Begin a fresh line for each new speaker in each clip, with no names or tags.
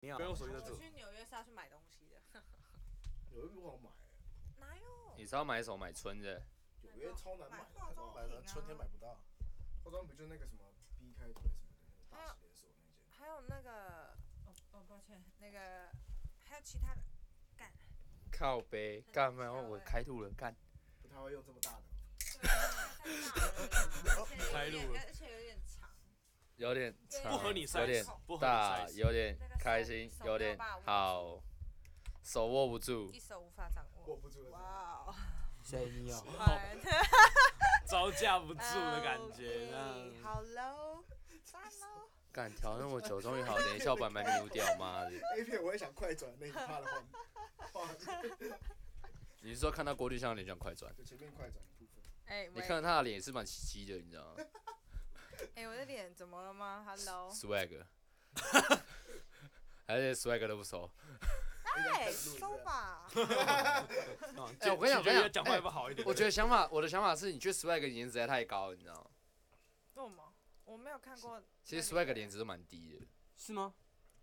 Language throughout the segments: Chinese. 妙。
没有手机在
我
这，
去纽约是要去买东西的，
纽约不好买，
哪有？
你是要买什么？买春的？
纽约超难买
买
的，
化妆
买的
品啊
春天买不到。化妆品就那个什么 B 开头什么的，那个
啊
大型连锁那间。
还有那个，哦哦，抱歉，那个还有其他的，
靠背，
很
干嘛？
巧欸
我开吐了，干。
不太会用这么大的。
太
开
大
路了
而且有点长。
有点长，
不合你
有
size，
点
不合你
大，
size
有点
啊那个手
开心，
手
有
没有
点
办法握
好，手握不住
一。手无法掌
握
握。
不住的。
哇哦，
谁 你哦？
招架不住的感觉。这
嗯
样
好喽，算喽。
干调那么久，终于好，等一下我把麦丢掉，妈的！
A 片我也想快转那一趴的话，话
你是说看到郭俊祥的脸就想快转？
就前面快转的部分。
哎，喂，
你看到他的脸也是蛮稀奇的，你知道吗
哎，我的脸怎么了吗？Hello，
？swag，还是 swag 都不熟。
哎，
录
收吧。
嗯
哎我跟你
解
讲我跟
决
你讲哎
讲话也不好一点。
我觉得想法，我的想法是，你觉得 swag 颜值实在太高了，你知道吗？
做吗？我没有看过，
其实 swag 颜值都蛮低的，
是吗？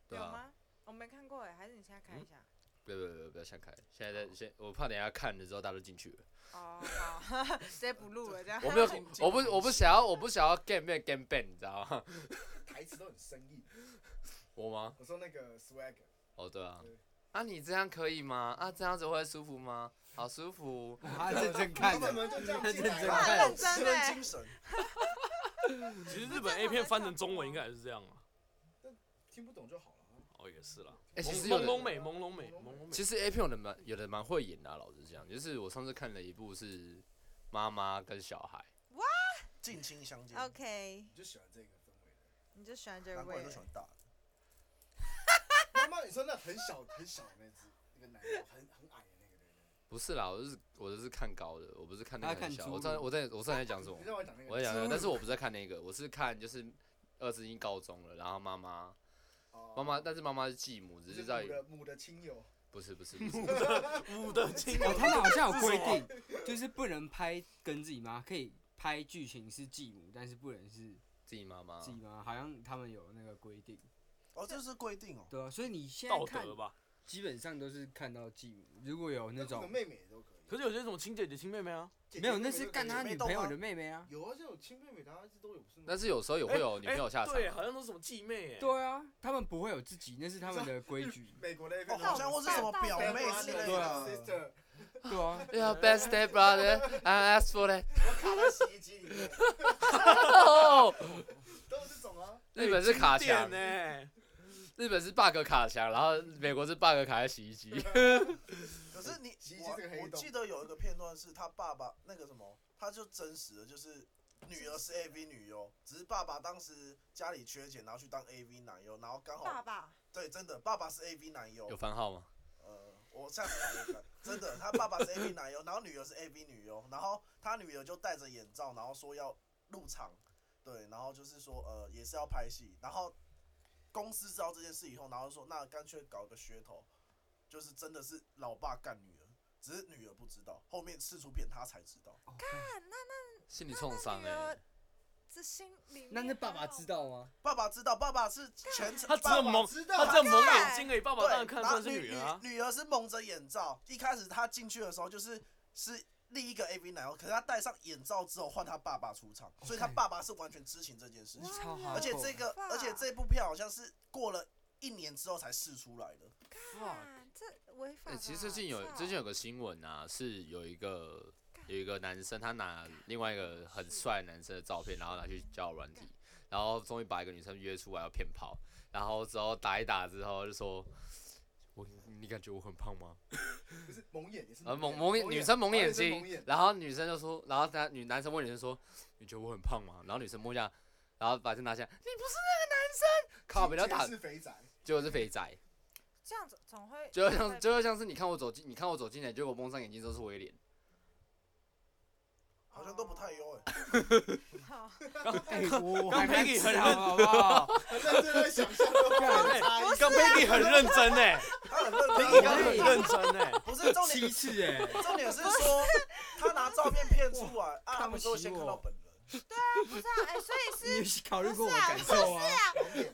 对
有
吧、啊？
吗？我没看过哎，还是你现在看一下？
不要不要不要不要想开，现在在现，我怕等一下看了之后大家都进去了。
哦，好，直接不录了这样。
我没有，我不我不想要，我不想要 game 变 game ban，你知道吗？
台词都很生硬。
我吗？
我说那个 swag，
哦，对啊
对。
啊，你这样可以吗？啊，这样子会舒服吗？好舒服。
他啊认真看
他
的，
们就这样进
认真
来
看
了，
认真
吃人
欸
精神，
其实日本 A 片翻成中文应该也是这样啊。
听不懂就好了啊。
哦，也是啦。
哎、其实有
朦胧
的，
美，朦胧美，朦胧美。
其实 A 片有的蛮有的蛮会演的、啊，老实讲，就是我上次看了一部是妈妈跟小孩，
近亲相见
OK，
你就喜欢这个氛围的，
你就喜欢这个味了。
大的。
妈妈，你说那很小很小的那只，那个奶油很很矮的那个，对不对？
不是啦，我是我就是看高的，我不是看那
他
个
看
很小。
侏儒
我正我正我正在讲什么
你？让我讲那个，
我在讲那个，但是我不是在看那个，我是看就是二十已经高中了，然后妈妈
哦
妈妈，但是妈妈是继母，只
就是
是
母
在
的母的亲友，
不是不是不是
母的亲
哦，他们好像有规定，就是不能拍跟自己妈，可以拍剧情是继母，但是不能是
自己妈妈
自。己妈，好像他们有那个规定。
哦，这是规定哦。
对啊，所以你现在
道
看
德吧。
基本上都是看到继母，如果有那
那个
种
妹妹也都可以。
可是有些什么亲姐姐、亲妹妹啊，
姐姐
没有，
妹妹
那
都可
是
以
干他
妹
女
妹动
朋友
吗
的妹妹啊。
有啊，这种亲妹妹，大家一直都有，不是吗？
但是有时候也会有女朋友下场。
哎对，好像都是什么继妹哎。
对啊，他们不会有自己，那是他们的规矩。
美国的
哦，好像或是什么表妹之类
对
的。
啊
，sister，
对啊，
Yeah, best day, brother. I asked for that.
我卡在洗衣机里面，
Oh.
哦，
都是这种啊。
日本是卡
点
墙，
哎呢。
日本是 bug 卡墙，然后美国是 bug 卡在洗衣机。
可是你
洗衣机
我
这个黑
我
洞
记得有一个片段是他爸爸那个什么，他就真实的就是女儿是 AV 女优，只是爸爸当时家里缺钱，然后去当 AV 男优，然后刚
爸
好
爸，
对真的爸爸是 AV 男优
有，番号吗？
呃，我下次找一看，真的他爸爸是 AV 男优，然后女儿是 AV 女优，然后他女儿就戴着眼罩，然后说要入场，对，然后就是说呃也是要拍戏，然后公司知道这件事以后，然后说那干脆搞个噱头，就是真的是老爸干女儿，只是女儿不知道，后面事出变他才知道，
心理创伤
那那
哎
女儿。这心里
那那爸爸知道吗？
爸爸知道，爸爸是全程
他只有
爸爸
蒙，
知道
他只有蒙眼睛而已。爸爸
对，
当然看得出来是
女
女儿啊。
女女儿是蒙着眼罩，一开始她进去的时候就是是另一个 AV 男优，可是她戴上眼罩之后换她爸爸出场，所以她爸爸是完全知情这件事情。
超好，
而且这个，
哇
而且这部片好像是过了一年之后才试出来的。
啊，这违法
哎，
吧。
其实最近有
操
最近有个新闻啊，是有一个有一个男生，他拿另外一个很帅的男生的照片，然后拿去交友软体，然后终于把一个女生约出来要骗跑，然后之后打一打之后就说。我，你感觉我很胖吗？
不是蒙眼也是
呃，蒙蒙眼，女生蒙眼睛，然后女生就说，然后男女男生问女生说，你觉得我很胖吗？然后女生摸一下，然后把这拿下，你不是那个男生，靠，不要打，
是肥宅，
结果是肥仔，
这样子总会
就像
会
就像是你看我走进，你看我走进来，结果蒙上眼睛都是威廉，
好像都不太优 哎、
好
哎，我我
刚
还没
Peggy
吃
很
好，好不好？
他认真在想 象都
哎刚 Peggy 很认真哎
他很 认
，Peggy
真，啊
刚很认真 哎。
不是重
七
点，
次哎，
重点是说他拿照片骗出来啊，
看
他
不
们
起
都先看到
我
本人，
对啊， 不是啊，哎、所以
你有
是啊
考虑过我的感受啊吗？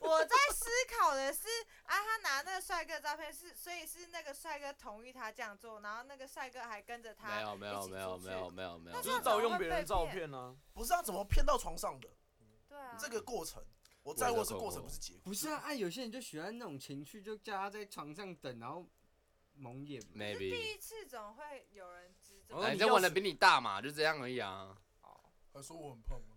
我在思考的是啊，他拿那个帅哥照片是，所以是那个帅哥同意他这样做，然后那个帅哥还跟着
没
他。
有没有没有没有没有没有
那，
就是盗用别人照片呢、
不是啊，怎么骗到床上的？
对啊，
这个过程，我在乎的是过程，不是结果。
不是啊，啊，有些人就喜欢那种情趣，就叫他在床上等，然后蒙眼嘛。
可是
maybe
第一次总会有人知哦这
哦
个
哎，
你
这
要
玩的
是
比你大嘛，就这样而已啊。
还说我很胖吗？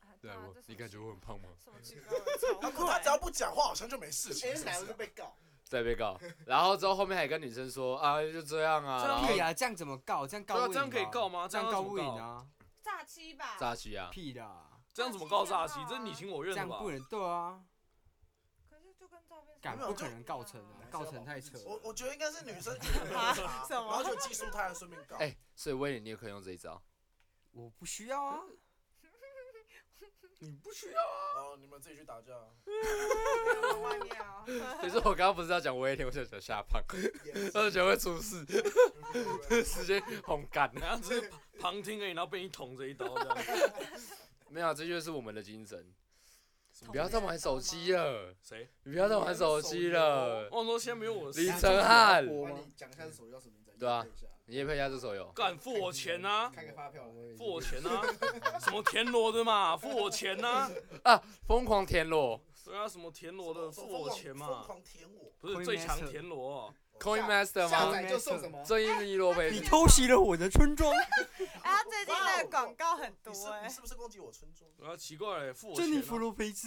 啊对啊，这什么奇
我很胖吗？
什么奇怪 的超
他他
怪
只要啊不讲话，好像就没事情。
哎，
是不
男的
是
就
啊
被告，
对，被告。然后之后后面还跟女生说啊，就这样啊，然
屁
后
啊，这样怎么告？这样
对
告
啊
不赢
这样可以告吗
这样
这样要怎
告
么
不赢
告
啊，
诈欺吧？
炸欺啊，
屁啦，
这样怎么告诈欺
这样？
这是你情我
这
愿的
样
吧？
不能对啊，
可是就跟照片
敢
上
不
不
可能告成
一样
啊，告成太扯了。
我我觉得应该是女生觉得没有差
啊什
然
么
后就技术他，顺便告。
哎、所以威廉你也可以用这一招，
我不需要啊，
你不 需要。
哦，你们自己去打架。
没有外面 哦。
其实我刚刚不是要讲威廉，我想讲下胖，我觉得会出事，
呃
直接红干。
然后只是旁听而已，然后被你捅这一刀这样。
没有啊，这就是我们的精神。你
捅
不要再
别人
玩
刀
手
吗
机了，
谁？
你不要再玩手机了。
我想说先没有我的
李
事，
晨汉，
我
我
帮
吗
你讲一下手要什么名字，
对啊
验证一下，
你也配一下这手游。
敢付我钱啊！
开个发票。
付我钱啊！什么田螺的嘛，付我钱呐、啊！
疯狂田螺
对啊，什么田螺的，
什
付
么
我钱
疯
嘛！
狂舔我。
不是
Coin
最强
Master
田螺，
，Coin Master
下
吗？
载就送什么？
正义利洛贝
哎你
斯，
偷袭了我的村庄，
哎，他最近那个广告很
你
多
是你
哎
是，不是攻击我村庄？
然后奇怪嘞，付我
珍
钱、
妮弗
啊。
洛佩兹，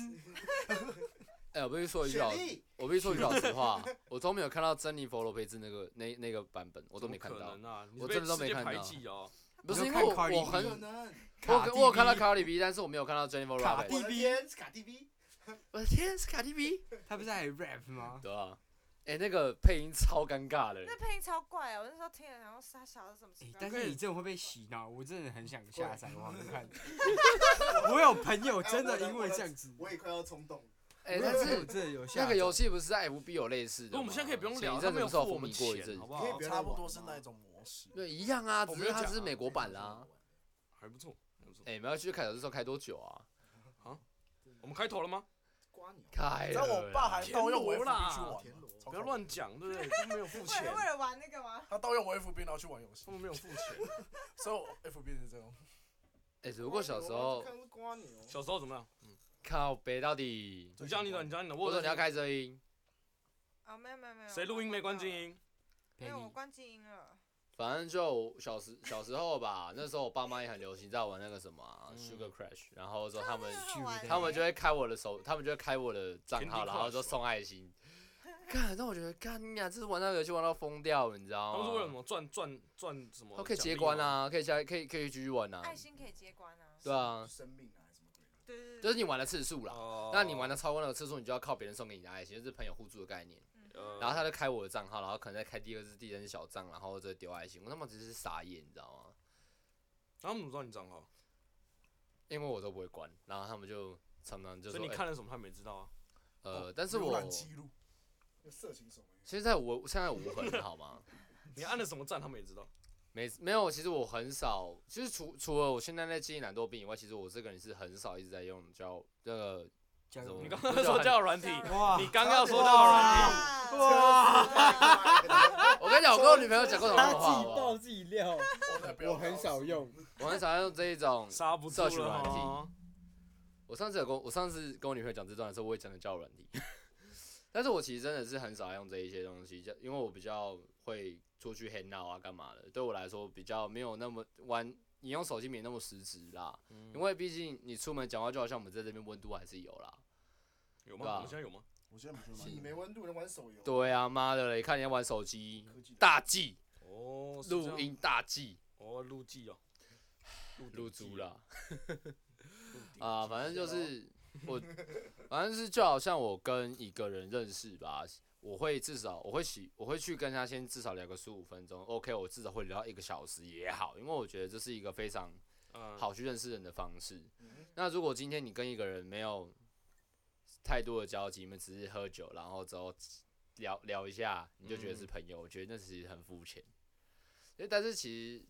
哎，我必须说一句
雪
老，
莉，
我必须说一句老实话，我都没有看到珍妮佛罗培兹那个那那个版本，我
我
都没看
可
到。
能啊！你
我
被
真的都
世界
没看到
排挤哦。
不是
你
因
有
为我
看卡里
我
比
很
可能。
卡
我
蒂
我有看到
比
卡里 B，但是我没有看到 Jennifer
卡
Rabbit。
蒂
我的天，是卡 TV，
我的天，是卡蒂 B。
他不是还 rap 吗？
对啊，哎、那个配音超尴尬的。
那配音超怪哦，我那时候听了，然后傻小子什么
哎
奇怪
但是你真的会被洗脑，我真的很想下载 网看。我有朋友真的因为这样子，
我也快要冲动了。
哎、但是
我真的有下载
那个游戏不是在 FB 有类似的
那
吗？
我们现在可以不用聊，
前
他
一
没
阵
有付
子不是
我
红
们
迷过一
钱，
阵
好
子，
不
你可以
好
不？要
差不多是那一种模式。
对，一样啊，只
我没
是
有
它
讲
是
啊
美国版啦。
还不错，还不错。
哎、你们要去开头的时候开多久啊？
我们开头了吗？
瓜你哦，
开
你
了。
知道我爸还盗用我
田螺
FB
啦
去玩
田
吗
螺？
超
不要
恐怖
乱讲，对不对？他们没有付
为
钱
了，为了玩那个吗？
他盗用我 FB 然后去玩游戏
嗯
他，们没有付钱。
所以我 FB 是这样。
哎、只不过小时候
看是瓜牛，
小时候怎么样？嗯，
靠北到底，
你讲你的，你讲你的。
我
我
说
有
你要开声音，
啊，没有没有没有，
谁录音没关静
音？
音？
陪
没有，我
你
关静音了。
反正就小时小时候吧，那时候我爸妈也很流行在玩那个什么啊、
嗯
Sugar Crash，然后之后他们
去玩
他们就会开我的手，他们就会开我的账
Candy
号，
Crush
然后就送 爱心。干，让我觉得干你啊，这是玩那个游戏玩到疯掉，你知道
他
吗？
们是为了什么赚赚赚什么？
他可以接关！啊，可以下，可以可以继续玩
嗯
啊。
爱心可以接关啊。
对啊，
生命啊，还是什么鬼的？
对对对，
就是你玩的次数啦。
哦
那你玩的超过那个次数，你就要靠别人送给你的爱心，就是朋友互助的概念。
嗯
呃
然后他就开我的账号，然后可能再开第二次、第三次小账，然后再丢爱心。我他妈只是傻眼，你知道吗？
然后他们怎么知道你账号？
因为我都不会关，然后他们就常常就
所
说
以你
哎
看了什么他没知道啊？
呃，但是
浏
我
览记录，
有色情守门员。
现在我现在无痕，好吗？
你按了什么赞他们也知道。
没没有，其实我很少，其实除除了我现在在记忆懒惰病以外，其实我这个人是很少一直在用叫呃那个
加
怎
油
么
你刚刚说叫软体，
哇
你刚要说到软体，
哇
哇！
啊
我跟你讲，我跟我女朋友讲过什么
他
话
自
好
己
不
爆
好？
自己料，我很少用。
我很少用这一种。
刹不住
社群
了
软体
哦
我上次有跟我上次跟我女朋友讲这段的时候，我也讲的交友软体， 但是我其实真的是很少用这一些东西，就因为我比较会出去 hang out 啊，干嘛的，对我来说比较没有那么玩，你用手机没那么实质啦，
嗯
因为毕竟你出门讲话，就好像我们在这边温度还是有啦。
有
对
吗？我
啊
们现在有吗？
我现在不
气你没温度，能玩手游？
对啊，妈的嘞，看人家玩手机，
科技的
大忌，
哦，是这样
录音大忌，
哦，录记哦，
露珠
了
啦。啊，反正就是我， 反正是就好像我跟一个人认识吧，我会至少我会喜我会去跟他先至少聊个十五分钟，OK，我至少会聊到一个小时也好，因为我觉得这是一个非常
嗯，
好去认识人的方式。
嗯
那如果今天你跟一个人没有太多的交集，你们只是喝酒，然后之后聊聊一下，你就觉得是朋友，我觉得那其实很肤浅。因为但是其实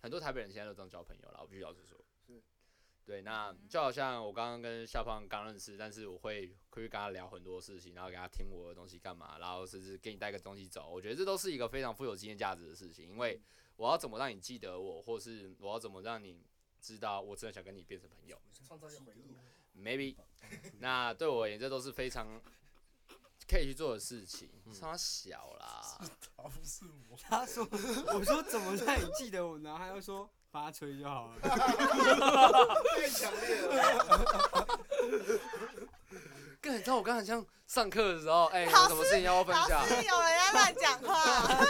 很多台北人现在都这样交朋友了，我必须老实说。
是。
对，那
嗯
就好像我刚刚跟校胖刚认识，但是我会会跟他聊很多事情，然后给他听我的东西干嘛，然后甚至给你带个东西走。我觉得这都是一个非常富有纪念价值的事情，因为我要怎么让你记得我，或是我要怎么让你知道我真的想跟你变成朋友
创造一个回忆啊。
，maybe。那对我而言，这都是非常可以去做的事情。他小啦，
啊，不是我，
他说，我说怎么让你记得我呢？他又说发吹就好了。
太强烈了，
哥，你知道我刚才像上课的时候，哎、
老
有什么事情要我分
老
享？
师有人在乱讲话，
哎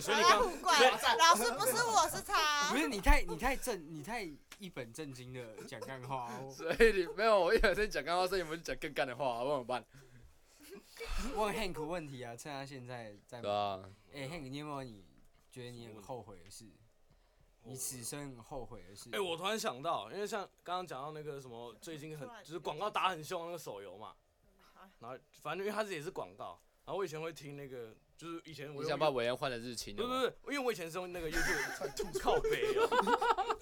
所以
我
你
在
刚
胡管。老师不是我是他
不，是你太你太正你太一本正经的讲干话，我
所以你没有，我一会儿在讲刚刚，所以你们讲更干的话，我怎么办？
问 Hank 问题啊，趁他现在在
对。啊，
哎、h a n
嗯
k 你有没有你觉得你很后悔的事？你此生很后悔的事？
哎、我突然想到，因为像刚刚讲到那个什么，最近很
突然
就是广告打很凶的那个手游嘛，
啊
然后反正因为它是也是广告，然后我以前会听那个，就是以前我
你
用
想把委员换的日期
不
呢？
是不是，因为我以前是用那个 YouTube 靠背哦、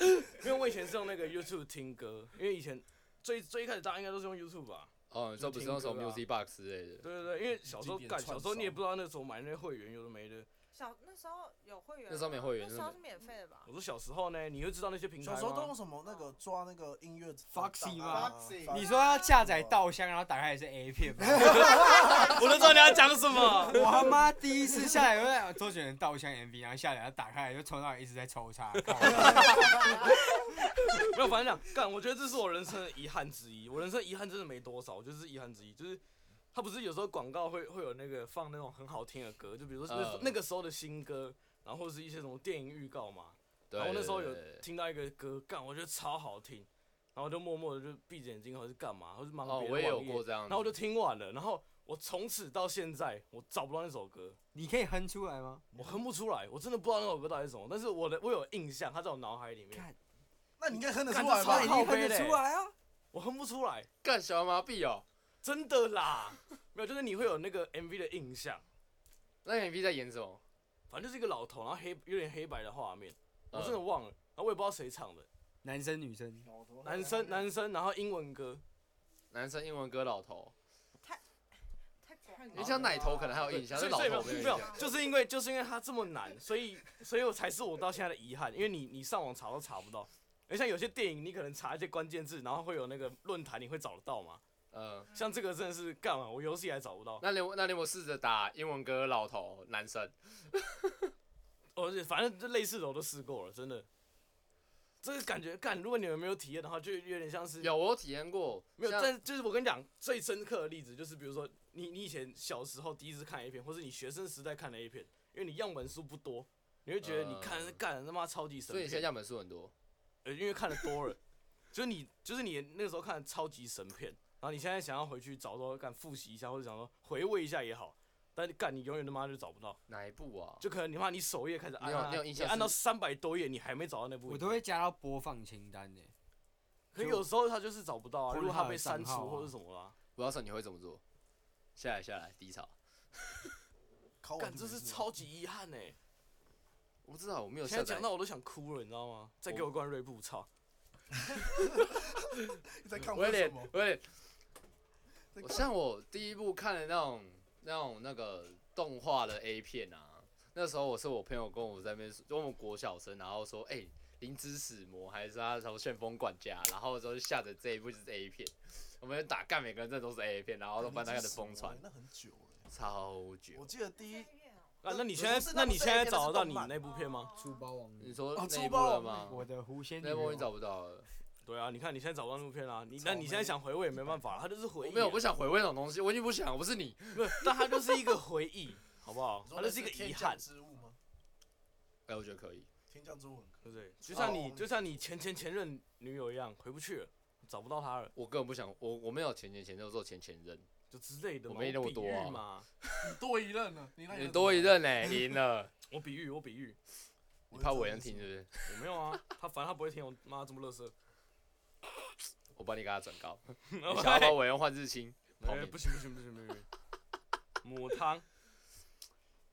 因为我以前是用那个 YouTube 听歌，因为以前最最一开始大家应该都是用 YouTube 吧，
哦，你说不是用什么 Music Box 之类的？
对对对，因为小时候
经典
干，
串
小时候你也
烧
不知道那时候买那些会员有的没的，
小那时候有会员吗，
那时候没会员
那时候是免费的吧
我？说小时候呢，你会知道那些平台
小时候都用
吗？
什么那个抓那个音乐
Foxy
吗？
吗
Foxy
你说要下载稻香，然后打开也是 A 片吗？
我都知道你要讲什么。
我他妈第一次下载，我在周杰伦稻香 MV，然后下载，然后打开来就从那里一直在抽插。靠
没有，反正讲干，我觉得这是我人生的遗憾之一。我人生遗憾真的没多少，我觉得是遗憾之一，就是他不是有时候广告会会有那个放那种很好听的歌，就比如说那时候、
嗯
那个时候的新歌，然后或是一些什么电影预告嘛。
对，
然后那时候
对
有听到一个歌，干，我觉得超好听，然后就默默的就闭着眼睛，或是干嘛，或是忙
哦，
别
我也
的
有
网页
过，这样
然
子。
后我就听完了，然后我从此到现在我找不到那首歌，
你可以哼出来吗？
我哼不出来，我真的不知道那首歌到底是什么，但是我的我有印象，它在我脑海里面，
看
那你应该哼得出
干
来
这超
他
吧
已？
靠
经
背
哼
嘞
得出来啊！
我哼不出来。
干小麻痹哦。
真的啦， 没有，就是你会有那个 MV 的印象，
那 MV 在演什么？
反正就是一个老头，然后黑有点黑白的画面，我真的
嗯
忘了，然后我也不知道谁唱的，
男生女生，
男生男生，然后英文歌，
男生英文歌老头，
太广了
你像奶头可能还有印象，
所
但
以
老
所以没
头
有
我没有印
没有
象。，
就是因为就是因为它这么难，所以所以我才是我到现在的遗憾，因为你你上网查都查不到，而像有些电影你可能查一些关键字，然后会有那个论坛你会找得到嘛，
嗯，
像这个真的是干嘛，我游戏还找不到，
那你我那你我试着打英文歌老头男生，
而且哦反正这类似的我都试过了，真的。这个感觉干，如果你们没有体验的话，就有点像是
有我有体验过，
没有，
像
但就是我跟你讲，最深刻的例子就是，比如说你你以前小时候第一次看 A 片，或是你学生时代看的 A 片，因为你样本数不多，你会觉得你看
呃
干他妈超级神
所以你现在
片，
样本数很多。
呃，因为看的多了，就是你就是你那个时候看的超级神片，然后你现在想要回去找说干复习一下，或者想说回味一下也好，但干你永远他妈就找不到，
哪一部啊？
就可能你妈你首页开始按
你有
按按，
你有印象
按
是
到三百多页，你还没找到那部影片，
我都会加到播放清单的。
可有时候他就是找不到啊，
或者
如果
它
他
的
被删
账
除
号
或
啊
者什么啦，
我要说你会怎么做？下来下来，低潮。
哦
考
干
完就
这
没事
是
了
超级遗憾哎、
我不知道，我没有
现在
下载
讲。到我都想哭了，你知道吗？再给我灌瑞布，操！
你在看我
威
什
廉
么？
威廉，
在
我
看
像我第一部看的那种那种那个动画的 A 片啊，那时候我是我朋友跟我在那边说，就我们国小生，然后说，哎、灵芝死魔还是他什么旋风管家，然后之后就下载这一部就是 A 片，我们就打干每个人这都是 A 片，然后都翻他的疯传，
哎那很久了。
超久
我。记得第一
啊，那你
不
现在
是，那
那
不
你
是
现在
A 片
找
那
得
是
到
动
你
漫
那部片吗？
书包王
你说
哦
那
粗
一部
暴
了
王
吗？
我的狐仙女
那一部
友
你找不到了。
对啊，你看你现在找不到那部片啦、你
草
那
莓
你现在想回味也没办法了，它就是回
我
忆啊、
没有，我不想回味那种东西，我已经不想，我不是你。
没有，但它就是一个回忆，好不好
你？说
它
那
就是一个
天
遗
降
憾，
之物吗？
哎，我觉得可以。
天降之物很可
对不对？就像你，
哦
就像你前前前任女友一样，回不去了，找不到她了，
我根本不想，我我没有前前前任，我做前前任。
就之类的嘛。
我没那么
比
多
喻
啊
嘛，
怕多一任呢，你那
你多一
任
任呢、赢了。
我比喻，我比喻，
你怕伟人听是不是？
我没有啊，他反正他不会听我妈这么乐色。
我帮你给他转告，你想要把伟人换日清。泡
哎
面
不行不行不行不行不行，母汤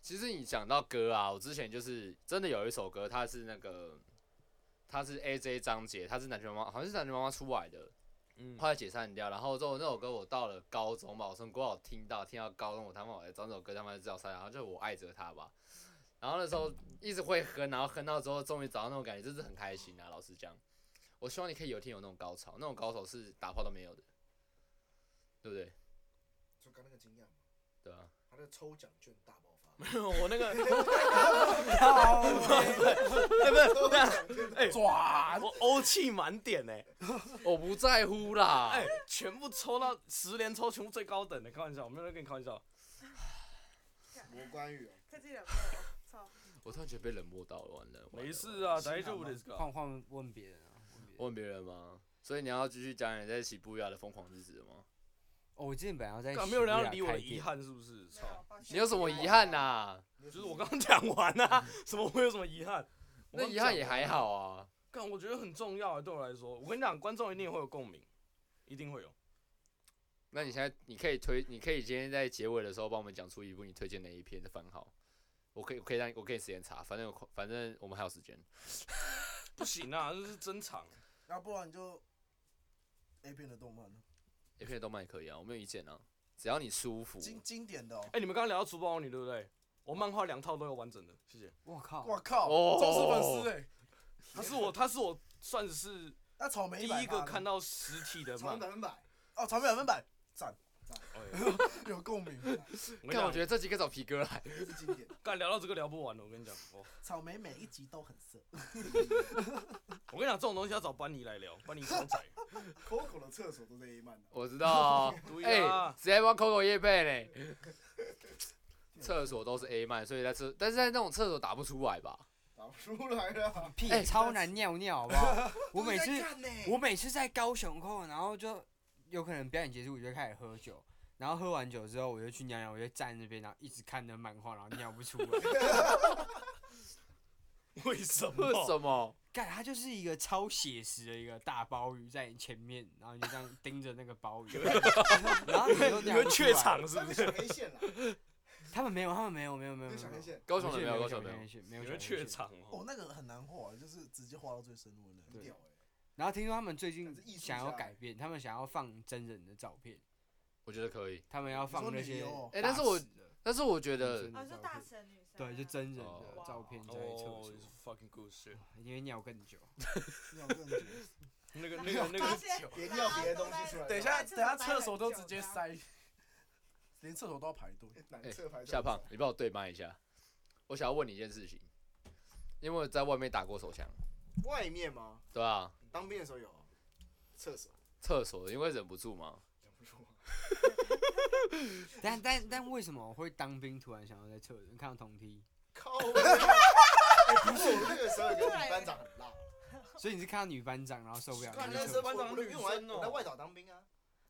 其实你讲到歌啊，我之前就是真的有一首歌，它是那个，他是 AJ 张杰，他是南拳妈妈，好像是南拳妈妈出来的，
嗯
后来解散掉。然后之后那首歌我到了高中吧，我从国小听到，听到高中我他妈我才知道那首歌他妈是叫啥，然后就我爱着他吧。然后那时候一直会哼，然后哼到之后终于找到那种感觉，真是很开心啊！老实讲，我希望你可以有一天有那种高潮，那种高潮是打炮都没有的，对不对？
就刚那个经验嘛，
对啊，
他的抽奖券大爆 发，
我那个
抽奖券
哎
抓
我欧气满点哎、
我不在乎啦。
哎、全部抽到十连抽，全部最高等的，开玩笑，我没有在跟你开玩笑。
罗关羽啊，
科技冷漠，操！
我突然觉得被冷漠到了，完了。完了
没事。啊，大
幸
丈
好
夫
吗
ですか。
换换问别人啊，问别人。
我问别人吗？所以你要继续讲你在喜布亚的疯狂日子了吗？
哦，我之前本来要在
干没有人
西
要
班牙
啊
理我
开
的遗
店，
憾是不
嗯
是？
没有
操！
抱歉
你有什么遗憾啊呐、
就是我刚刚讲完啊，什么我有什么遗憾？我
嗯那
刚
遗憾
讲
也
完
还
啊。
好啊。
干，我觉得很重要啊，对我来说，我跟你讲，观众一定会有共鸣，一定会有。
那你现在你可以推，你可以今天在结尾的时候帮我们讲出一部你推荐哪一篇的番号。我可以，我可以让，我可以时间查，反正我反正我们还有时间。
不行啊， 这是珍藏。
那不然就 A 片的动漫呢，
A 片动漫也可以啊，我没有意见啊，只要你舒服。
经经典的哦。
哎、你们刚刚聊到《珠宝王女》对不对？我漫画两套都有完整的，谢 谢。
我靠，
我靠，
哦
忠实粉丝哎、
他是我，他是我算是
那草莓
第
100%
一个
呢
看到实体的
抽
漫
奖。百分百，
哦，草莓百分百
哎
有共鸣，
我跟
但
你
我
讲
觉得这集可以找皮哥来。
也是经典。
干聊到这个聊不完了，我跟你讲，哦，
草莓每一集都很色。
我跟你讲，这种东西要找班尼来聊，班尼超仔，
Coco 的厕所都在 A 漫 的，
我知道 啊、
对
哎、
啊，
直接帮 Coco 夜配呢。厕所都是 A 漫，所以在厕，但是在那种厕所打不出来吧？
打不出来了。
屁、
哎
超难尿尿，好不好？ 我每次
啊都在看呢
我每次在高雄后，然后就有可能表演结束，我就开始喝酒，然后喝完酒之后，我就去尿尿，我就站那边，然后一直看那漫画，然后尿不出来。
为什么？
为什么？
干，它就是一个超写实的一个大鲍鱼在你前面，然后你就这样盯着那个鲍鱼，然后你就
你
尿
们
不出
怯
来
场是
那
不
个
是？
小黑线啦，
他们没有，他们没有，没有，没
那
有，
个
没
小
有
黑线，
高雄人没有，高
小
雄人没有
黑。线没有
你
小黑
们
线，
怯场
哦
哦，，
那个很难画，就是直接画到最深入的那
很
个。欸
屌哎。
然后听说他们最
但
近
是艺术
想要
家
改变，他们想要放真人的照片，
我觉得可以。
他们要放
说
那
旅
些
游
哦
哎但是我
大使的
但是我觉
很
得
真
啊，
的
你说
照片
大神女神啊，
对，就真人的
哦
照片在厕
哦
所，
，it's，fucking good shit，
因为尿更久。
尿更久。
那 个那个那
发
个，
现
别尿别的东西出来。
等一下，
在厕
等
所
一下，
待很
厕所都
久
直接
这样
塞，连厕所都要排队。
男厕排队
夏胖，你帮我对麦一下。我想要问你一件事情，因为我在外面打过手枪，
外面吗？
对吧？
当兵的时候有啊厕所，
厕所因为忍不住嘛，
忍不住啊
但但但为什么我会当兵突然想要在厕所？你看到同梯，
靠北啊！哎不是，我那个时候有个女班长很辣，
所以你是看到女班长然后受不 了，
干
你就
那
去
时候
厕所
班长因为我在我在外岛当兵啊，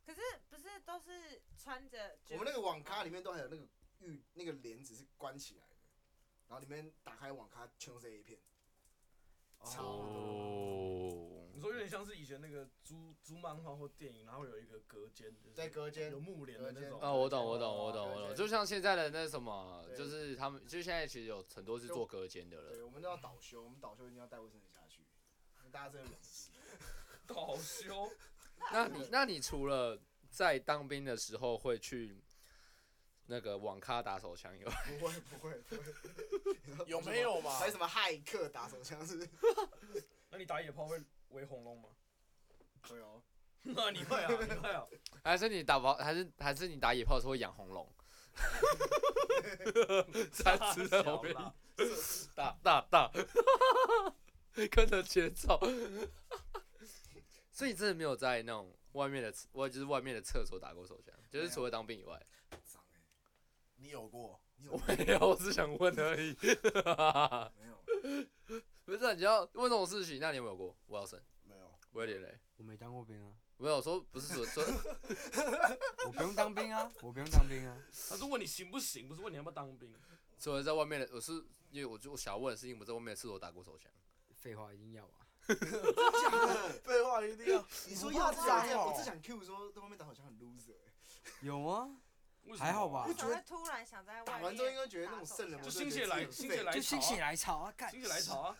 可是不是都是嗯穿着
我
军
们那个网咖里面都还有那个浴那个帘子是关起来的，然后里面打开网咖全都是 A 片，
哦，
你说有点像是以前那个租租漫画或电影，然后有一个隔间，就是
在隔间
有幕帘的那种。
隔
啊，
间
我懂，我懂，我懂，
隔
我懂，
间
就像现在的那什么，
对
就是他们，就现在其实有很多是做隔间的了，
对，我们都要倒休，我们倒休一定要带卫生纸下去，大家真的忍不住。
倒修，
那你那你除了在当兵的时候会去那个网咖打手枪以外，
不会不会不会，
有没有嘛
还？有什么骇客打手枪是？
那你打野炮会围红龙吗？
会哦，
那你会啊，你会 啊。
还是你打炮，还是还是你打野炮的时候会养红龙？ 三只的红龙。
啦，
大大大， 跟着节奏。所以你真的没有在那种外面的厕外，就是外面的厕所打过手枪，就是除了当兵以外，
脏哎，
你有过？你有
我
过
没有，我只想问而已。
没有
不是啊、你要问这种事情，那你有没有过？我要生，
没有？
我有点累。
我没当过兵啊，
没有说不是说说，
我不用当兵啊，我不用当兵啊。
他是问你行不行，不是问你要不要当兵。
除了在外面的，我是因为我就我想要问的事情，我在外面的厕所打过手枪。
废话一定要啊，
假的。
废话一定要。
你说
不
要
怕
这
脏
样，我只
哦
想 Q 说在外面打手枪很 loser，欸
有啊，
为什么
还好吧
为
我？
什
觉
么
得
会突然想在外
打
面
完之后应该觉得那种圣人，
就心血来心血来
就心血来潮啊，干
心血来潮啊，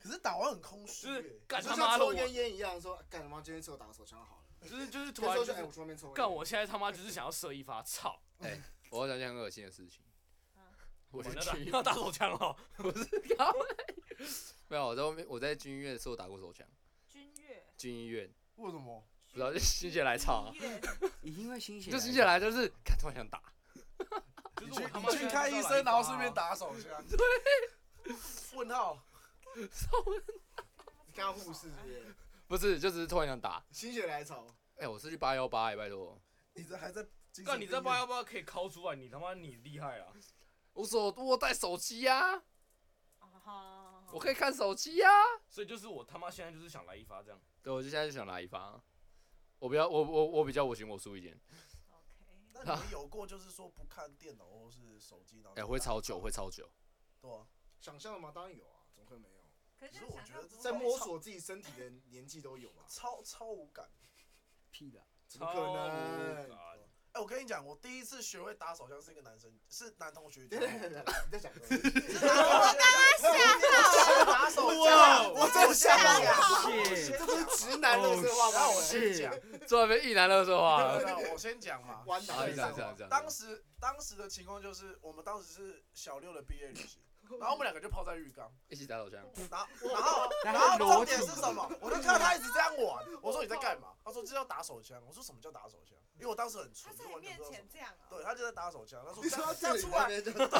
可是打完很空虚、
就是
欸，
干
就
他
像
妈的
抽
我
一，根烟一样，说哎干他妈今天吃我打个手枪好了。
就是就是突
有
然
时候
就
就哎，
是
我去外面抽。
干，我现在他妈就是想要射一发，操！
我要讲一件很恶心的事情
嗯
啊。
我去
完了
军 医
要打手枪了，
不是高没有，我在外面，我在军医院的时候打过手枪。
君越，
军医院
为什么？
不知道就心血来潮啊
君越
一定会心血，
就心血来，就是看突然想打，
就
你
是
去
我他
你
妈
去
现在就
看
是
医
要
生，
一发
然后顺
啊
便打手枪。 对，问号，
你看护士是不是？
不是，就只是突然想打。
心血来潮，
哎、我是去八幺八，拜托。
你这还在精神病院？
干你这八幺八可以拷出来，你他妈你厉害啊！
我手我带手机呀、啊，
哦
啊哈，
我可以看手机呀、啊。
所以就是我他妈现在就是想来一发这样。
对，我就现在就想来一发。我比较我我我比较我行我素一点。
OK，
那你们有过就是说不看电脑或是手机，然后
哎、
就
会
打
超久，会超久。
对啊，
想象吗？当然有啊，怎么会没有？
可是
可是我觉得
在摸索自己身体的年纪都有啊吧？
超超无感。
屁的，
怎么可能？
超
哎、我跟你讲，我第一次学会打手枪是一个男生，是男同学教
对
我。
对对，你在讲什么？
我刚刚想打手
哇
枪，我真的吓到了。
谢，
这不是直男的说话吗？
让我先讲，
坐在那边一男二 说话。
那我先讲嘛。
弯
啊，
打
一
一
男
下
这样这样。
当时当时的情况就是，我们当时是小六的毕业旅行，然后我们两个就泡在浴缸，
一起打手枪。
然后然后
然
然
后
后
裸
重
体
点是什么？我就看到他一直这样玩，我说你在干嘛？他说这叫打手枪。我说什么叫打手枪？因为我当时很
他
蠢，
在
就
你
完全
面
不知道什
前
么。
这样啊、
对，他就在打手枪。他说
你
这
说
样这
到这
样
里
出来，
那边就
他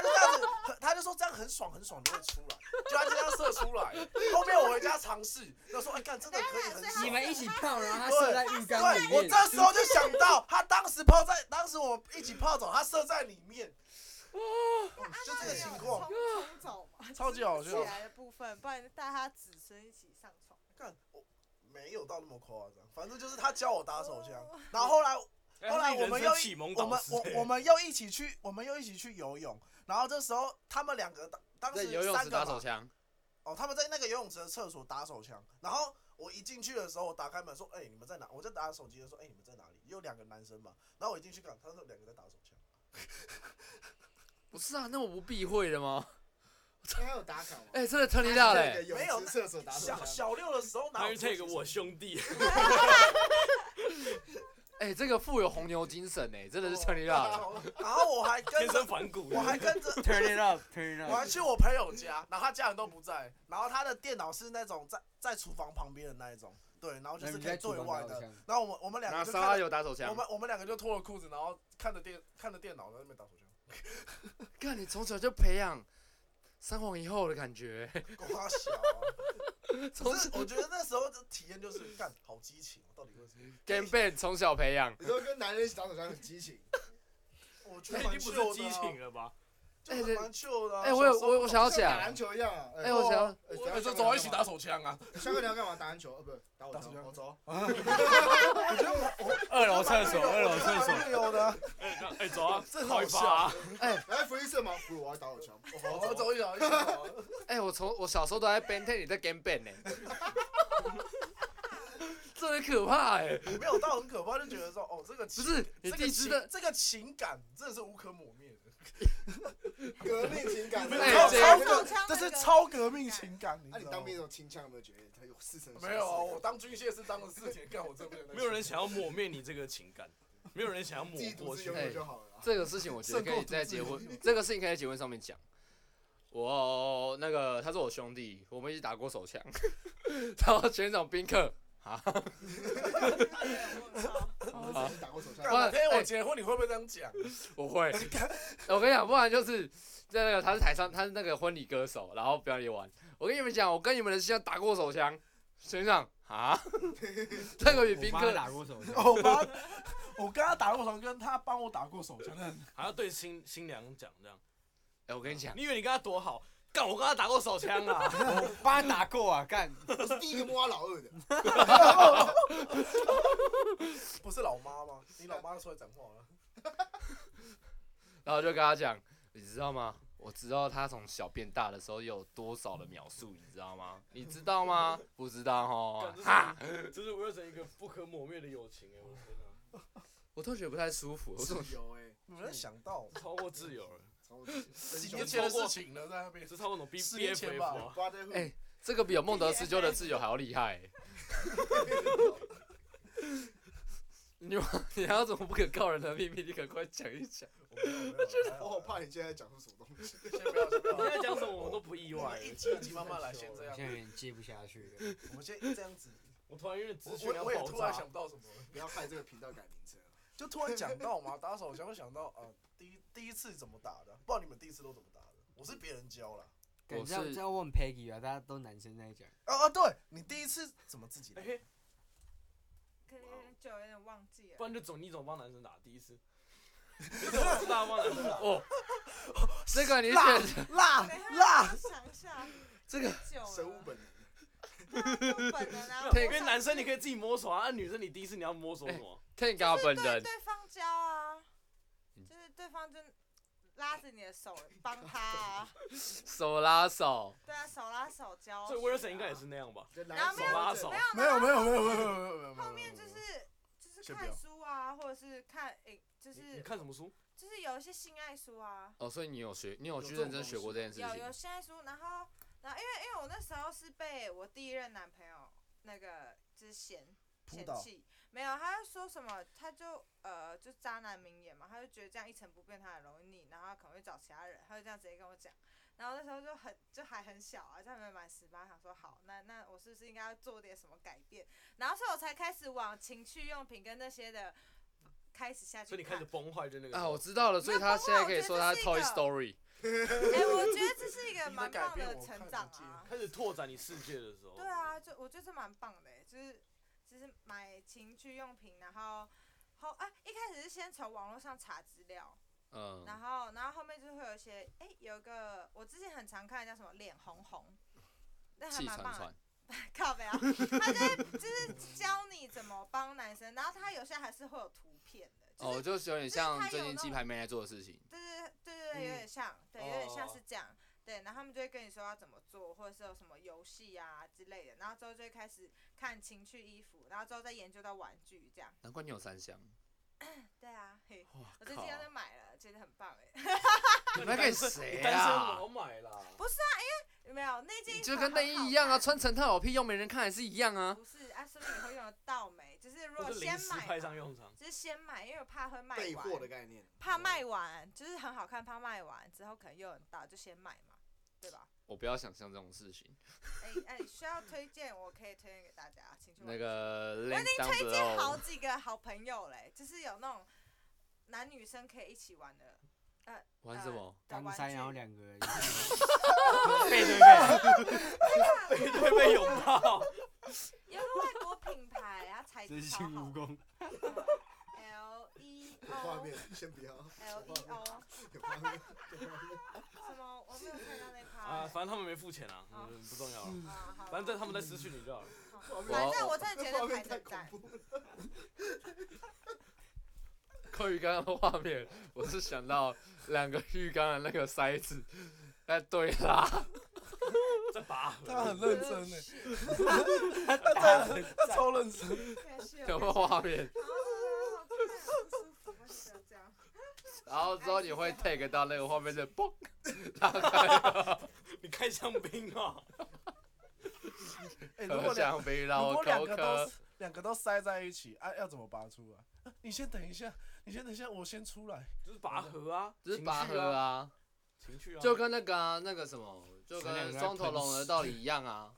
就这样子，他就说这样很爽很爽就会出来，就他就这样射出来。后面我回家尝试，他说哎干真的可以很爽。
你们一起泡，然后他射在浴缸里
对，我
面，
这时候就想到，他当时泡在，当时我们一起泡澡，他射在里面，就这个情况，
冲 冲澡嘛，
超级好笑
啊起。来的部分，不然带他子孙一起上床。
看我没有到那么夸张，反正就是他教我打手枪，
哦
哦
然后后来
哎
后来我们又
启蒙
我
导
们
师欸，
我我们又一起去，我们又一起去游泳，然后这时候他们两个当当
在
时
游泳
三
池
个
打
嘛
手枪，
哦，他们在那个游泳池的厕所打手枪，然后我一进去的时候，我打开门说，哎、你们在哪？我在打手机的时候，哎、你们在哪里？有两个男生嘛，然后我一进去看，他说两个在打手枪。
不是啊？那我不避讳的吗？
还有打卡吗？
哎、真的太厉害了、欸。
没有厕所打手
小小六的时候哪
他
有
去
这
take
个
我兄弟，
哎、这个富有红牛精神哎、真的是太厉害
哦
了。
然后我还跟
天
着
生，反骨。
我还跟着，
turn it up，turn it
我还
up，
去我朋友家，然后他家人都不在，然后他的电脑是那种在在厨房旁边的那一种，对，然后就
那
是
你
可以
在厨
对
房
外
打
的
手，枪，
然后我们我们两
拿
个就
沙拉
看着，
油打手枪
我。们我们两个就脱了裤子，然后看着电看着电脑在那边打手枪。
看你从小就培养三皇以后的感觉，
瓜小、啊，
从
可是我觉得那时候的体验就是干好激情，哦我到底为什么？
game ban 从小培养。
你说跟男人一起打手枪很激情，
我觉
这
得
已
蛮
经不是
chill 的、
激
啊，
情了吧？
就是蛮 chill 的、啊。
哎、我有
小时候
我我想要
像打篮
讲，
球一样啊。
哎、我想要，
我那时候
走
走一起打。手枪啊！
香哥你要干嘛？打篮球？呃，不是打我
打手
哦
球，
枪
我走。
我觉得我我
二楼厕所，二楼厕所，
所有的啊，
哎那哎，走啊，
这
好
好
一
笑哎
发啊，
来福利社吗？不，我要打我球。
我
我走。
走一走一起走。
哎、我从我小时候都在 ban ten，你在 game ban 呢、 这很可怕哎、
没有到很可怕，就觉得说哦，这个不
不是你
这
弟
个
知
情
的，
这个情感真的是无可磨灭的，
革命情感。
哎这
超
个
革
这个
这是超革命情感。
那
知
你
道吗
当兵的时候清枪有没有觉得他有四成？
没有啊？我当军械是当了四年，干我真没有。
没有人想要抹灭你这个情感，没有人想要抹
自己独
过
自
去
拥。
哎
有就好了啊。
这个事情我觉得可以在结婚，这个事情可以在结婚上面讲。我那个他是我兄弟，我们一起打过手枪， 然后全场宾客，
我操
我们自己打过手枪
干。哪天我结婚，你会不会这样讲？
我会， 我跟你讲，不然就是在那个他是台上，他是那个婚礼歌手，然后表演完。我跟你们讲，我跟你们的像打过手枪，学长啊，这个比
我
宾
妈
客
打过手枪，
我帮， 我跟他打过手枪，跟他帮我打过手枪，真的
还要对新新娘讲这样，
哎、我跟你讲，
你以为你跟他多好？干，我跟他打过手枪啊！
我妈打过啊，干，
我是第一个摸到老二的。
不是老妈吗？你老妈出来讲话了。
然后就跟他讲，你知道吗？我知道他从小变大的时候有多少的描述，你知道吗？你知道吗？不知道哦
干，这是这是我又成一个不可磨灭的友情哎，我的天哪，
我都觉得不太舒服。我
自
怎么
由哎，
欸你没有想到，
超过自由了。
超级
几
几
年前的事情了，在 那边
是差不多那种 B
十
B
年
F
前
F
吧
啊，
哎这个比有梦得自救的自由还要厉害、 你你还有什么不可告人的秘密？你赶快讲一讲。
我没有没有我觉
我好怕你现在讲出什么东西。
先不要， 先不要
你。在讲什么我们都不意
我
外
们。一集一集慢慢来，先这
我
样
现。在有点接不下去了。
我们先这样子。
我突然有点资
我
讯
我
要
我也
爆
突然
炸
想，不到什么了，
不要害这个频道改名称。
就突然讲到嘛，打手枪会想到呃，第一第一次怎么打的？不知道你们第一次都怎么打的？我是别人教啦。
感
我
觉
是
这要问 Peggy 啊，大家都男生在讲。
啊啊，对你第一次怎么自己来？
哎，
可能有点久，有点忘记
不
了。
然就总你总帮男生打第一次，你总是大帮男生 打。
哦，这个你
辣
选
辣
等一下
辣！
哎我 想一下，
这个
久
生物
了，
本能，
对本能啊。
我
我
跟
想
男生你可以自己摸索啊，啊女生你第一次你要摸索什么？
Tenga 本
对
人，
对方教啊，
嗯
就是对方就拉着你的手帮他 啊，
手拉手，
对啊，手拉手教。
所以威尔森应该也是。那样吧？
就
然后
来
没
手
有
拉手
没，有
没有没有没有没有没有没有没有。
后面就是就是
先不要
看书啊，或者是看诶，就
你你
是
看什么书？
就是有一些性爱书啊，
哦，所以你有学，你有
有
去
这种
认真
东
学过
西
这件事
有有
情。
性爱书，然后然后因为因为我那时候是被我第一任男朋友那个之前
扑
嫌
倒
弃，没有，他就说什么，他就呃就渣男名言嘛，他就觉得这样一成不变他很容易腻，然后他可能会找其他人，他就这样直接跟我讲。然后那时候就很就还很小啊，这还没满十八，想说好，那那我是不是应该要做点什么改变？然后所以我才开始往情趣用品跟那些的开始下去看。
所以你开始崩坏就那个
啊，我知道了，所以
没有
他
不
现
会
在
我
可以
觉得
说
这
他
是一
Toy
个
Story。
哎、我觉得这是一个
你的
蛮
改
棒
变
的
我看
成
不
长
见
啊。
开始拓展你世界的
哦
时候。
对啊，就我觉得这蛮棒的欸、就是就是买情趣用品，然后后啊一开始是先从网络上查资料，
嗯，
然后然后后面就会有一些哎、有一个我之前很常看的叫什么脸红红，那还
气
蛮
喘
棒的
喘，
靠背啊，他就是就是教你怎么帮男生，然后他有些还是会有图片的，就是、
哦，就是有点
是他
像最
有
近
那
鸡
种
排妹在做的事情。
对对对对对，有
嗯
点像，对，有点像
哦
是这样。对，然后他们就会跟你说要怎么做，或者是有什么游戏啊之类的，然后之后就会开始看情趣衣服，然后之后再研究到玩具这样。
难怪你有三箱。
对啊，嘿，
哇
我最
靠
近！就买了，觉得很棒哎。
你
你
卖
单
给
身
谁
你单身
啊
我？买啦。
有没有那件
你
衣
就
服
跟内
很
衣
好
一样啊，
看
穿成套有屁用，没人看还是一样啊。
不是啊，说明你会用得到没？就是如
或
果
是临
先
时
买
派上
嘛，
用场。
就是先买，因为我怕会卖
备货的
完，
概念，
怕卖完，就是很好看，怕卖完之后可能用得到，就先买嘛，对吧？
我不要想象这种事情。
哎哎，需要推荐，我可以推荐给大家情趣玩具
那个
我已
Link
经
Down
推荐好
Below，
几个好朋友嘞，就是有那种男女生可以一起玩的
玩什么？
的
当
玩
三然后
具。
两个人，背对背，
被对被拥 抱，
有个外国品牌，它材
真
质超
心蜈
好
蚣。
，L E
有画
O
哦
面，先不要。
L
有
E
画
O
面，有画 面。
什么？我没有看到那
啊，
趴。
反正他们没付钱啊，
哦
嗯不重要了。
啊，好。
反正他们在私讯你就好了。
好反正我真的觉
画
得
面
牌
太
子
恐
赞。
怖了。
扣鱼缸的画面，我是想到两个 浴缸的那个塞子在对拉，
在拔
他
河，
啊
很认真 呢，
呢。
他在他 超认真。
有没有画面？
好看，好舒服，我喜欢这样。
然后之后你会 take 到那个 画面的嘣，
哎
你开香槟啊？
哎，如
合
果两
相比然
如
后
果两
啊高
个都
科
是，两个都塞在一起，啊，要怎么拔出来？啊你先等一下，你先等一下，我先出来。
就是拔河啊，
就是拔河
啊，
啊，
情趣啊，
就跟那个啊那个什么，就
前两
跟
个在
双头
喷
龙的
屎
道理一样 啊。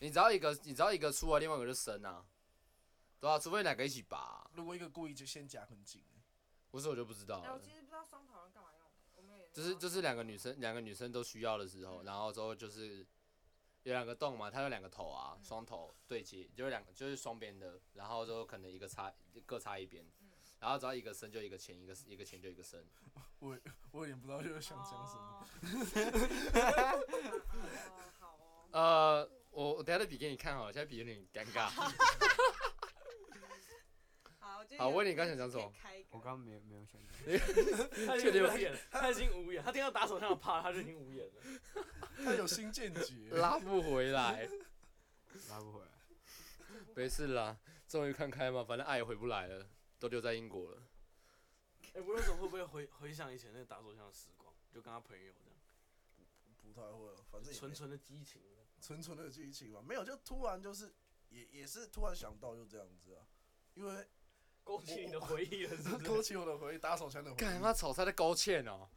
你只要一个，你只要一个出来，另外一个就生啊，对啊，除非两个一起拔啊、
如果一个故意就先夹很紧，欸
不是我就不知道
哎，我
了。
其实不知道双头人干嘛用的，我没有研究。
就是就是两个女生，两个女生都需要的时候，
嗯
然后之后就是有两个洞嘛，它有两个头啊，
嗯
双头对接，就是两个就是双边的，然后之后可能一个插各插一边
嗯，
然后只要一个伸就一个前，一个一个前就一个伸，
我有点不知道又想讲什么。
哦。哦好哦，
呃，我我等一下再比给你看好了，现在比有点尴尬。
好，我觉得
好，
有
我问你刚想讲什
可以
么？
开一个
我刚刚没有没有想到，
啊他已经无眼，他已经无眼，他听到打手枪的啪，他就已经无眼了。
他有新见 解。欸
拉不回来，
拉不 回来。
没事啦，终于看开嘛，反正爱也回不来了，都留在英国了。
哎、不知道怎么会不会回回想以前那个打手枪的时光，就跟他朋友这样，
不太会了，反正也没
纯纯的激情。
纯纯的剧情嘛，没有就突然就是也也是突然想到就这样子啊，因 为
勾起你的回忆了，是 不是？
勾起我的回忆，打手枪的回忆，
干他妈炒菜的勾芡哦，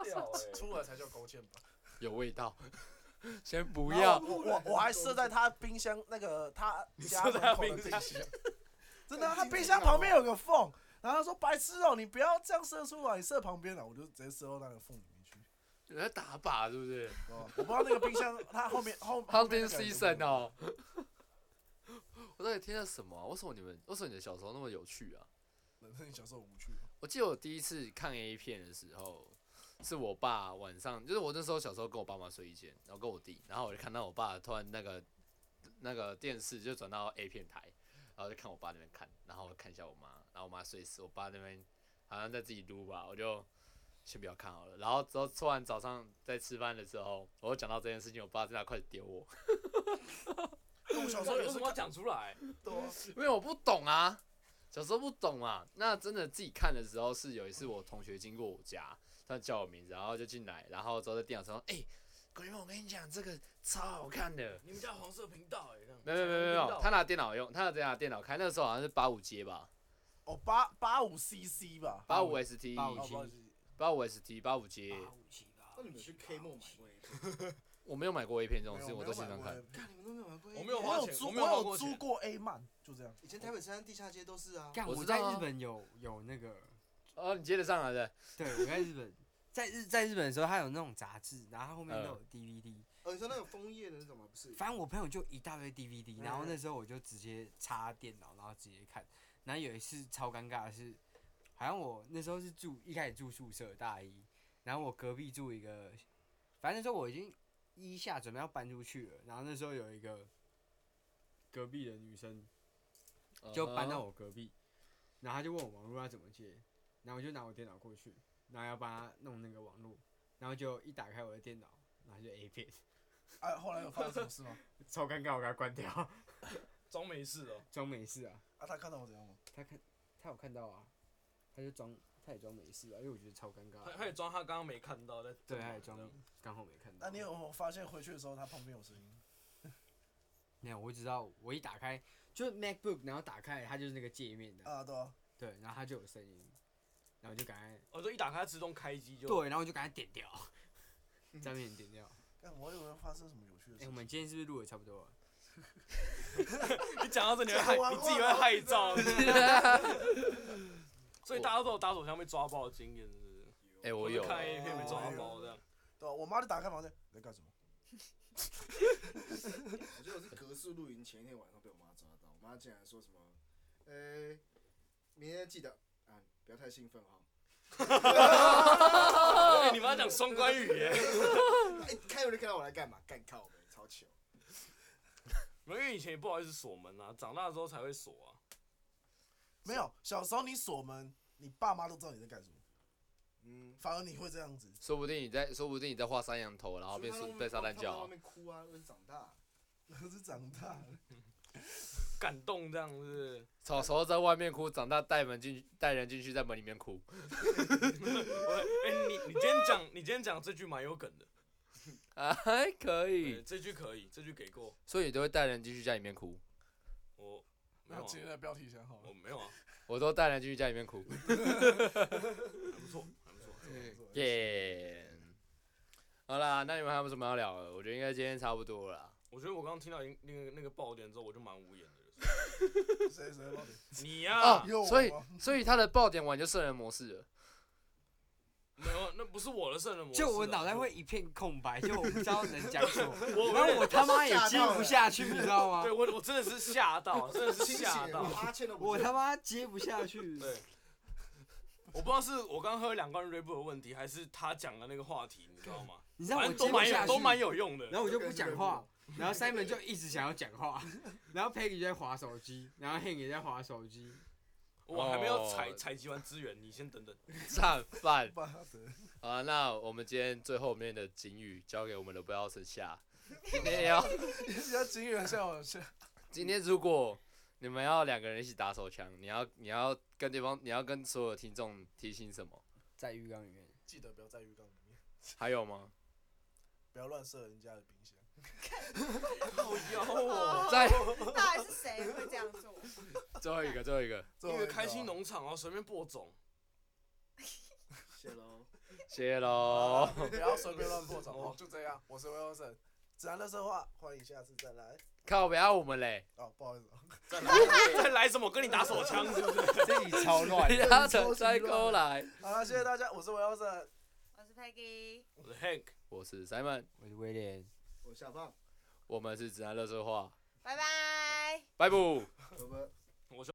掉哎、
出来才叫勾芡吧。
有味道。 先不
然
要
后，我我我还设在他冰箱那个他家
设在他
门口的
冰
冰
箱
箱， 真的啊，他
很精
冰箱
致啊
旁边有个缝，然后他说白痴哦，你不要这样射出来，你射旁边了，我就直接射到那个缝里面去。
人家打靶是不是
哦我不知道那个冰箱，他后面 后后 面
？Hunting
那个人
season 哦。 我到底听了什么啊、为什么你们为什么你的小时候那么有趣啊？
有没有，那你小时候无趣吗？
我记得我第一次看 A 片的时候，是我爸晚上，就是我那时候小时候跟我爸妈睡一间，然后跟我弟，然后我就看到我爸突然那个那个电视就转到 A 片台，然后就看我爸那边看，然后我看一下我妈，然后我妈睡死，我爸那边好像在自己撸吧，我就先不要看好了。然后之后突然早上在吃饭的时候，我又讲到这件事情，我爸真的快点丢我，
我小
小时
时候
候
也
有
是啊
什么要讲出来？
多
因为我不懂啊，小时候不懂嘛。那真的自己看的时候，是有一次我同学经过我家，他叫我名字，然后就进来，然后之后在电脑上，哎、鬼梦，我跟你讲，这个超好看的。
你们家有黄色频道哎、这样。
没有没有没有没有，
他
他拿电脑用，他拿电脑开，那个时候好像是八五街吧，
哦八八五 CC 吧，
八
85
五 ST，
85
哦85
八五 ST，八五街。
五七八
那你们去 K 梦买过一次？
我没有买过 A 片这
没
种
有
事，我
没
都
有
经
买
常
过
看
A。
看你们都没有玩过一
我
次，
没有
我
花
有
钱
租，
我
我
没有花
有
过钱
租过 A 漫，就这样。
以前台北山地下街都是啊。
干，
我
我
知道
在
啊
日本有有那个，
哦，你接得上来的？
对我在日本，在日在日本的时候，他有那种杂志，然后它后面都有 DVD。
哦，你说那个枫叶的那种吗？不是，
反正我朋友就一大堆 DVD，然后
嗯
那时候我就直接插电脑，然后直接看。然后有一次超尴尬的是，好像我那时候是住一开始住宿舍大一，然后我隔壁住一个，反正那时候我已经一下准备要搬出去了，然后那时候有一个隔壁的女生就搬到
我。
我隔壁，然后她就问我网络要怎么接，然后我就拿我电脑过去，然后要帮她弄那个网络，然后就一打开我的电脑，然后就 A 片，
哎，后来有发生什么事吗？
超尴尬，我给她关掉。
装没事哦、
装没事啊，
啊，他看到我怎样吗？
他看他有看到啊，他就装他也装没事啊，因为我觉得超尴尬
他他也
的。
装他刚刚没看到，但
对，他也装没，刚好没看到。
啊那你有没有发现回去的时候他旁边有声音？
没有？我只知道我一打开就是 MacBook，然后打开它就是那个界面的，
啊，对啊，
对，然后它就有声音，然后我就赶快
哦我就一打开它自动开机就。
对，然后我就赶快点 掉，在面前点掉。
但我以为发生什么有趣的
哎、
事
我
情。
们今天是不是录的差不多了？
你讲到这你会害，你自己会害臊，是不是 所以大家都有打手枪被抓包的经验，是不是？
哎，我有
或者。看 A 片被抓包这样。
对啊，我妈就打开房间，你在干什么？
我记得我是格式露营前一天晚上被我妈抓到，我妈竟然说什么，呃、明天记得啊，不要太兴奋哈。
哎，你妈讲双关语耶！
哎、开门就看到我来干嘛？干靠呗，超糗。
没有因为以前也不好意思锁门啊，长大之后才会锁啊。
没有，小时候你锁门，你爸妈都知道你在干什么，
嗯，
反而你会这样子。
说不定你在，说不定你在画山羊头，然后被
所以他
被
们
撒旦
他们在
教
外。面哭啊，因为长大。
可是长大了，
感动这样是不是，
小时候在外面哭，长大带门进去，带人进去，在门里面哭。
我哎、你你今天讲你今天讲这句蛮有梗的，
啊，还可
对，
以。
这句可以，这句给过
所以你都会带人进去家里面哭，
我，没
那
有、啊
今，天的标题想好
我
了。
没有啊，
我都带人进去家里面哭。
还不错，还不错。
耶、好啦，那你们还有没有什么要聊的？我觉得应该今天差不多了啦。
我觉得我刚刚听到一那个那个爆点之后，我就蛮无言的了。
谁谁的标题？
你呀、
啊
有我
所以
吗
所以他的爆点完就圣人模式了。
没有，那不是我的圣人模式啊。
就我脑袋会一片空白，就我不知道能讲什么，
我，
然后
我
我他妈也接不下去，你知道 吗
对？我我真的是吓 到，真的是
清
吓
醒
到
了，。阿倩都不
我
是
他妈接不下去。
对，我不知道是我刚喝两罐 r e b u 的问题，还是他讲的那个话题，你知道 吗？
你知道
反
我
正
接
都
不
蛮
下
有
去，
都蛮有用的。
然后我就不
跟
讲
人
话，然后 Simon 就一直想要讲话，然后 Peggy 就在划手机，然后 Hank 也在划手机，
我还没有
哦
采采集完资源，你先 等等。
战犯
爸的，
好啊！那我们今天最后面的警语交给我们的不要剩下。今天要，
比较惊人，像我像
今天如果你们要两个人一起打手枪，你要你要跟对方，你要跟所有的听众提醒什么？
在浴缸里面，
记得不要在浴缸里面，
还有吗？
不要乱射人家的冰箱。
好妖哦！
在
到底是谁会这样做？
最后一个，最后一个，
这
因
我
为
也
开心
知道
农场哦，随便播种。
谢喽。
谢
好
喽
啦。啊 不要随便乱破掌哦，就这样。我是威欧森，自然乐色话，欢迎下次再来。
靠，不要我们嘞，
哦，不好意思哦，
再 来再来什么？跟你打手枪是不是？
这里超乱
不
的。
要扯塞过来。
好了，谢谢大家，我是威欧森，
我是 Peggy，
我是 Hank，
我是 Simon，
我是威廉，
我下放，
我们是直男乐色话，
拜拜。
拜拜。
拜拜。
我是。